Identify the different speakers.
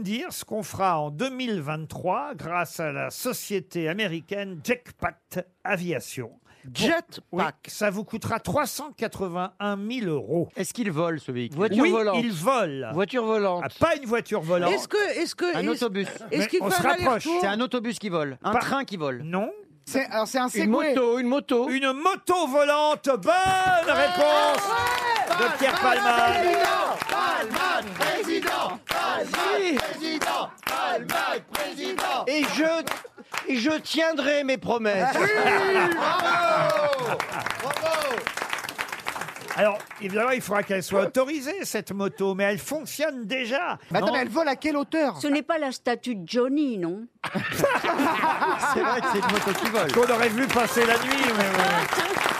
Speaker 1: dire ce qu'on fera en 2023 grâce à la société américaine Jackpot Aviation. Jetpack. ça vous coûtera 381 000 euros.
Speaker 2: Est-ce qu'il vole ce véhicule
Speaker 1: Voiture Oui, volante. il vole. Ah,
Speaker 2: Voiture volante.
Speaker 1: pas une voiture volante.
Speaker 3: Est-ce que- est-ce que-
Speaker 2: un
Speaker 3: est-ce-
Speaker 2: autobus
Speaker 3: est-ce qu'il Mais on fait se un rapproche. aller-retour
Speaker 2: C'est un autobus qui vole. Un
Speaker 1: Pas-
Speaker 2: train qui vole.
Speaker 1: Non.
Speaker 3: C'est- alors, c'est un Segway.
Speaker 2: Une moto, une moto.
Speaker 1: Une moto volante. Bonne réponse de Pierre Palman.
Speaker 4: Président
Speaker 2: Si.
Speaker 4: Président Palman Président
Speaker 2: Et je, et je tiendrai mes promesses.
Speaker 1: Alors, évidemment, il faudra qu'elle soit autorisée, cette moto, mais elle fonctionne déjà.
Speaker 3: Mais Bah, attends, mais elle vole à quelle hauteur
Speaker 5: Ce n'est pas la statue de Johnny, non
Speaker 2: C'est vrai que c'est une moto qui vole.
Speaker 1: Qu'on aurait vu passer la nuit. mais ouais.